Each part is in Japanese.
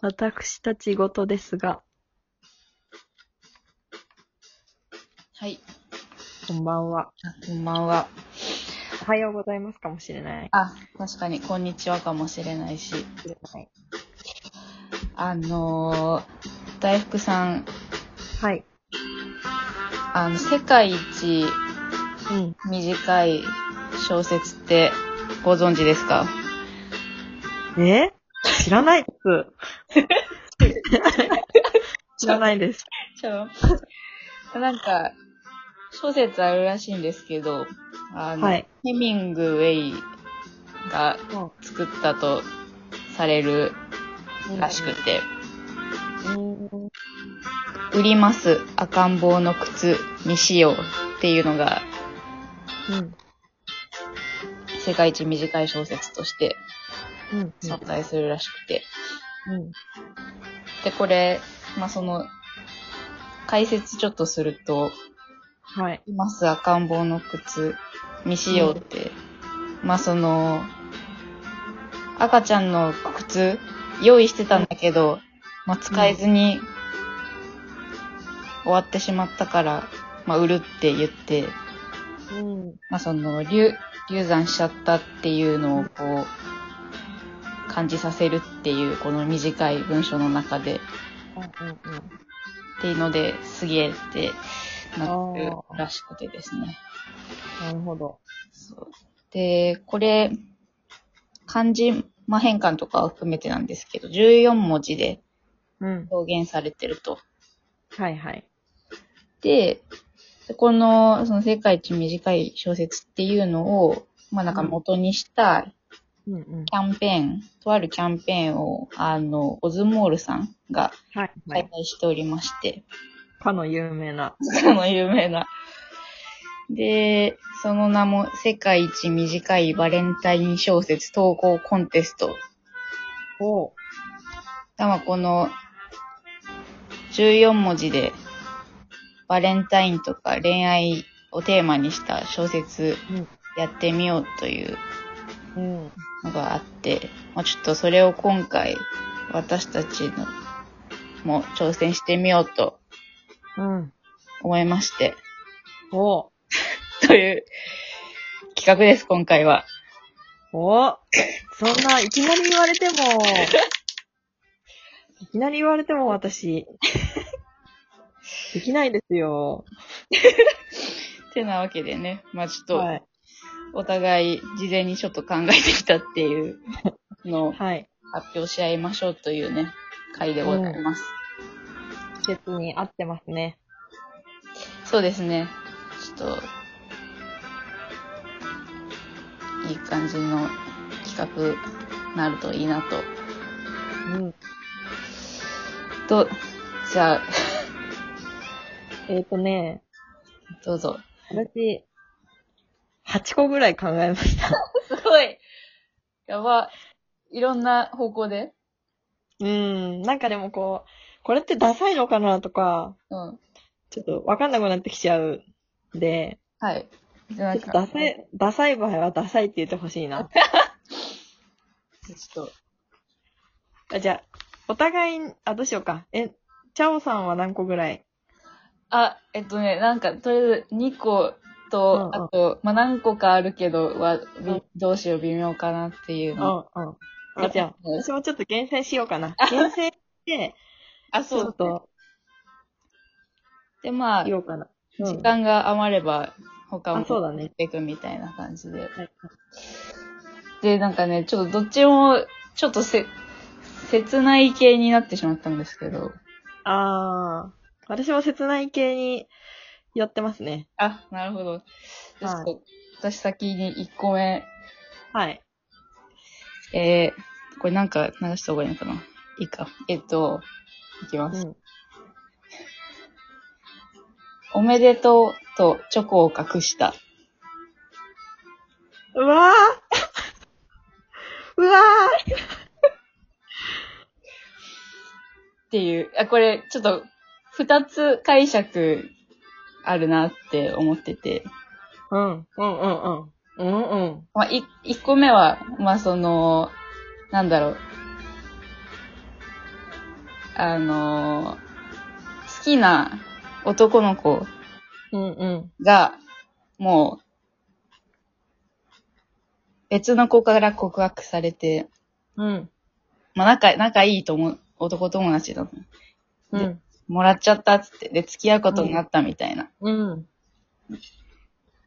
私たち事ですが、はい。こんばんは。あこんばんは。おはようございますかもしれない。あ、確かに、こんにちはかもしれないし。かもしれないあのー大福さん、はい。あの、世界一うん。短い小説ってご存知ですかえ知らない です。知らないです。ちょ、 なんか、小説あるらしいんですけど、あの、はいヘミングウェイが作ったとされるらしくて、うん。売ります赤ん坊の靴にしようっていうのがうん。世界一短い小説としてうん。存在するらしくて。うん。で、これ、まあ、その、解説ちょっとすると、はい。います赤ん坊の靴にしようって、まあ、その、赤ちゃんの靴用意してたんだけど、まあ、使えずに終わってしまったから、まあ、売るって言って、うん。まあ、その、流、流産しちゃったっていうのをこう、感じさせるっていう、この短い文章の中で、っていうので、すげえってなってるらしくてですね。なるほど。そうで、これ、漢字、まあ、変換とかを含めてなんですけど、14文字でうん。表現されてると。はいはい。で、でこの、その世界一短い小説っていうのを、まあ、なんか元にしたうんうん。キャンペーン、とあるキャンペーンを、あの、オズモールさんがはいは開い。催しておりまして、かの有名な。その有名な。で、その名も、世界一短いバレンタイン小説投稿コンテスト。おだまあこの、14文字で、バレンタインとか恋愛をテーマにした小説うんやってみようといううん。のがあって、まあ、ちょっとそれを今回私たちのも挑戦してみようとうん。思いまして、おという企画です、今回は。おそんな、いきなり言われて も、いきなり言われても私、できないですよ。てなわけでね、まあちょっはとい。お互い事前にちょっと考えてきたっていうのをはい。発表し合いましょうというね、回でございます。季節に合ってますね。そうですね。ちょっと、いい感じの企画になるといいなと。うん。と、じゃあ、えっ、とね、どうぞ。私、8個ぐらい考えました。すごいやば。いろんな方向でうん。なんかでもこう、これってダサいのかなとか、うん。ちょっとわかんなくなってきちゃうんで、はい。じゃあちょなっとダんかサい、ダサい場合はダサいって言ってほしいな。ちょっと、あじゃあ、お互い、あ、どうしようか。え、チャオさんは何個ぐらいあ、えっとね、なんか、とりあえず2個うんうと、んあと、まあ、何個かあるけど、は、びうんどうしよう、微妙かなっていうの。うん。あ、じゃあ、うん私もちょっと厳選しようかな。厳選 して、あ、ちょっ。と、で、まあ、言おうかな。うん時間が余れば、他あもそうだねやっていくみたいな感じで。はいで、なんかね、ちょっとどっちも、ちょっとせ、切ない系になってしまったんですけど。あー、私も切ない系に寄ってますね。あ、なるほど。ちょはっいと、私先に1個目。はい。えー、これなんか流した方がいいのかないいか。えっと、いきます。うん。おめでとうとチョコを隠した。うわー うわっていう、あ、これ、ちょっと、二つ解釈あるなって思ってて。ーうん、うん、うん、うん。うん、うん。まあ、い、一個目は、まあ、その、なんだろう。あのー好きな男の子うんうん。が、もう、別の子から告白されて、うん。まあ仲、仲いいと思う、男友達だもん。うん。もらっちゃったっつって、で、付き合うことになったみたいな。うん。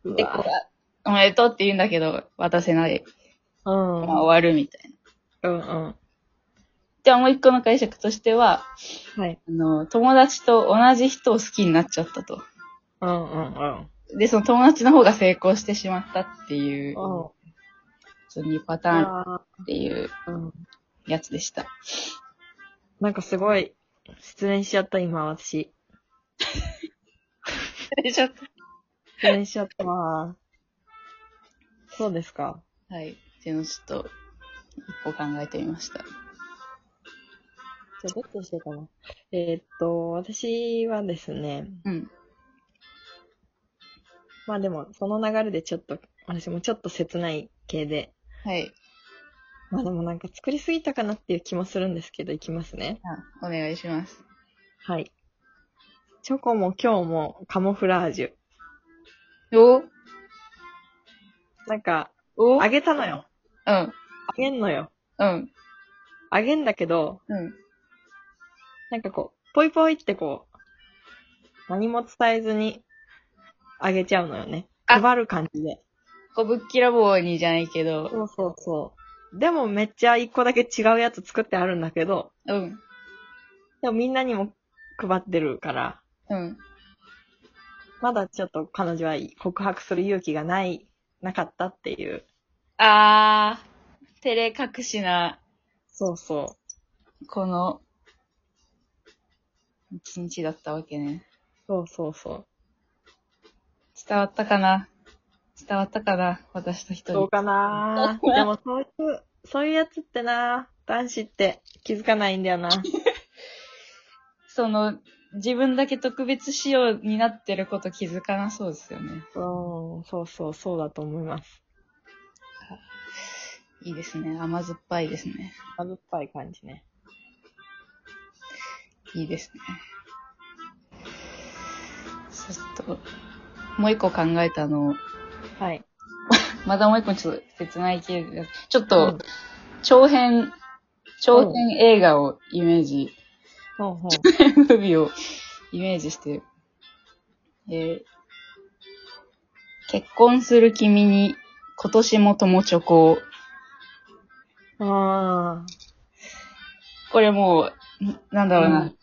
で、こうおめでとうって言うんだけど、渡せない。うん。まあ、終わるみたいな。うんうん。で、もう一個の解釈としては、はい。あの、友達と同じ人を好きになっちゃったと。うんうんうん。で、その友達の方が成功してしまったっていう、うん。その2パターンっあていうーうん。やつでした。なんかすごい、失恋しちゃった、今、私。失恋しちゃったわ。そうですか。はい。っていうのをちょっと、一個考えてみました。じゃあ、どっちにしようかな。えーっと、私はですね、うん。まあでも、その流れでちょっと、私もちょっと切ない系で、はい。まあでもなんか作りすぎたかなっていう気もするんですけど、いきますね。あお願いします。はい。チョコも今日もカモフラージュ。おなんか、おあげたのよ。うん。あげんのよ。うん。あげんだけど、うん。なんかこう、ぽいぽいってこう、何も伝えずに、あげちゃうのよね。あ配る感じで。こう、ぶっきらぼうにじゃないけど、そうそうそう。でもめっちゃ一個だけ違うやつ作ってあるんだけど、うん。でもみんなにも配ってるから、うん。まだちょっと彼女は告白する勇気がない、なかったっていう。あー、照れ隠しな、そうそこの、一日だったわけね。う。そうそうそう。伝わったかな伝わったかな私と一どう人。かなでもそういう、そういうやつってな男子って気づかないんだよな。その、自分だけ特別仕様になってること気づかなそうですよね。うん、そうそう、そうだと思います。いいですね。甘酸っぱいですね。甘酸っぱい感じね。いいですね。ちょっと、もう一個考えたのを、はい。まだもう一個ちょっと切ない系です。ちょっうとん、長編、長編映画をイメージ、ほうほう。ムービーをイメージして、えー結婚する君に今年も友チョコをあこれもう、んなんだろうな。うん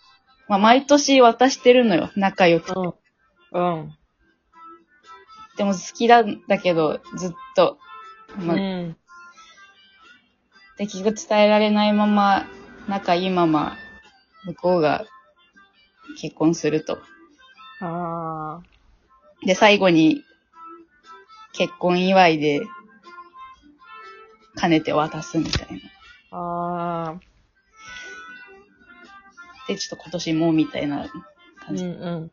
まあ、毎年渡してるのよ、仲良くて。あ。うん。うん。でも好きなんだけど、ずっと。まあ、うん。で、結局伝えられないまま、仲いいまま、向こうが結婚すると。ああ。で、最後に、結婚祝いで、兼ねて渡すみたいな。ああ。で、ちょっと今年もみたいなう感んじにうん。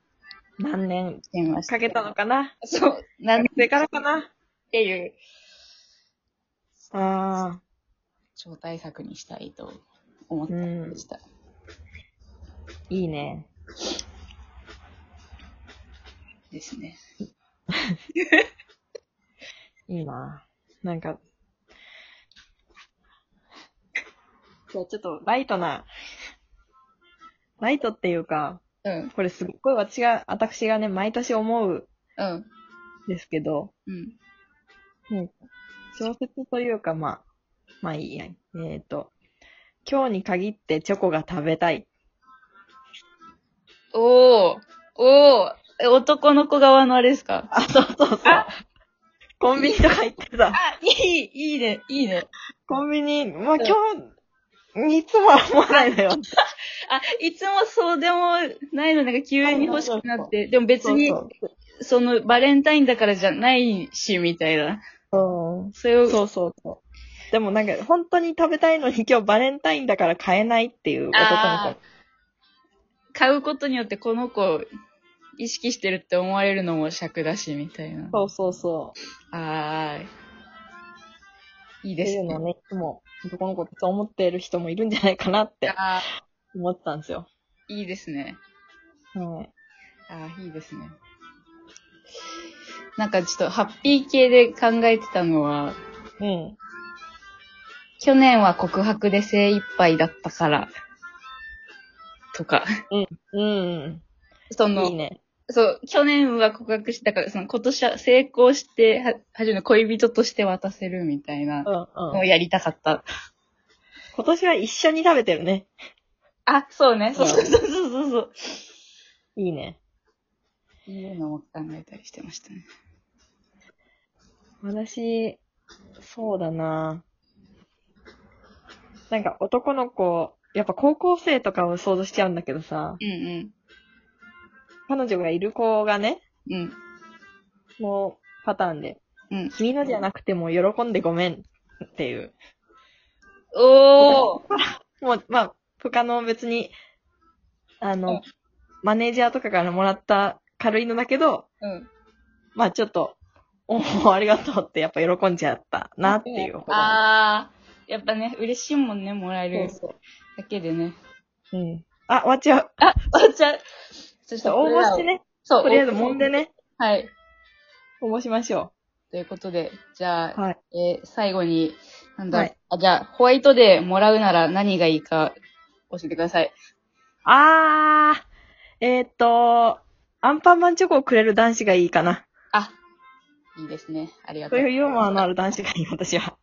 何年してました。かけたのかなそう、なんそれからかなていうああ。超大作にしたいと思ったうんんで。した。いいね。ですね。いいな。なんか。じゃあちょっとライトな、ライトっていうか、うん、これすっごい私が、私がね、毎年思ううん、んですけど、うん。小説というかまあ、まあいいや。えっ、と、今日に限ってチョコが食べたい。おー、おー、え男の子側のあれですかあ、そうそうそう。コンビニとか行ってさ、あ、いい、いいね、いいね。コンビニ、まあん今日、いつもは思わないのよ。あ、いつもそうでもないの、なんか急に欲しくなって。でも別に、そうその、バレンタインだからじゃないし、みたいな。そう。うんそれを、そうそうそう。でもなんか、本当に食べたいのに今日バレンタインだから買えないっていう男のあ買うことによってこの子を意識してるって思われるのも尺だし、みたいな。子。そうそうそう。あー、いいっでていすうねの。をね、いつも男の子ってそう思っている人もいるんじゃないかなってあ思ったんですよ。いいですね。はい。ああ、いいですね。なんかちょっとハッピー系で考えてたのは、うん。去年は告白で精一杯だったから、とか。うん、そうん。の、いいね。そう、去年は告白したから、その今年は成功して、は、初めの恋人として渡せるみたいなうんうのんを。やりたかった。今年は一緒に食べてるね。あ、そうね。そううんそうそうそうそう。いいね。いうのも考えたりしてましたね。私、そうだななんか男の子、やっぱ高校生とかを想像しちゃうんだけどさ、うん彼女がいる子がね、うん。うん。もうパターンで、うん。君のじゃなくても喜んでごめんっていう。おーもう、まあ、他の別に、あうのん、マネージャーとかからもらった軽いのだけど、うん。まあちょっと、おお、ありがとうってやっぱ喜んじゃったなっていう 方が。あー、やっぱね、嬉しいもんね、もらえそるうそだけでね。う。うん。あ、終わっちゃう。あ、じゃあ、そしちょっと応募して。ね。そう、とりあえず揉んでね。ね、はい。応募しましょということで、じゃう。あ、はい。えー最後に、なんだ、はいあ、じゃあ、ホワイトデーもらうなら何がいいか教えてください。あー、えー、っと、アンパンマンチョコをくれる男子がいいかな。あ、いいですね。ありがとそうう。いうユーモアのある男子がいい、私は。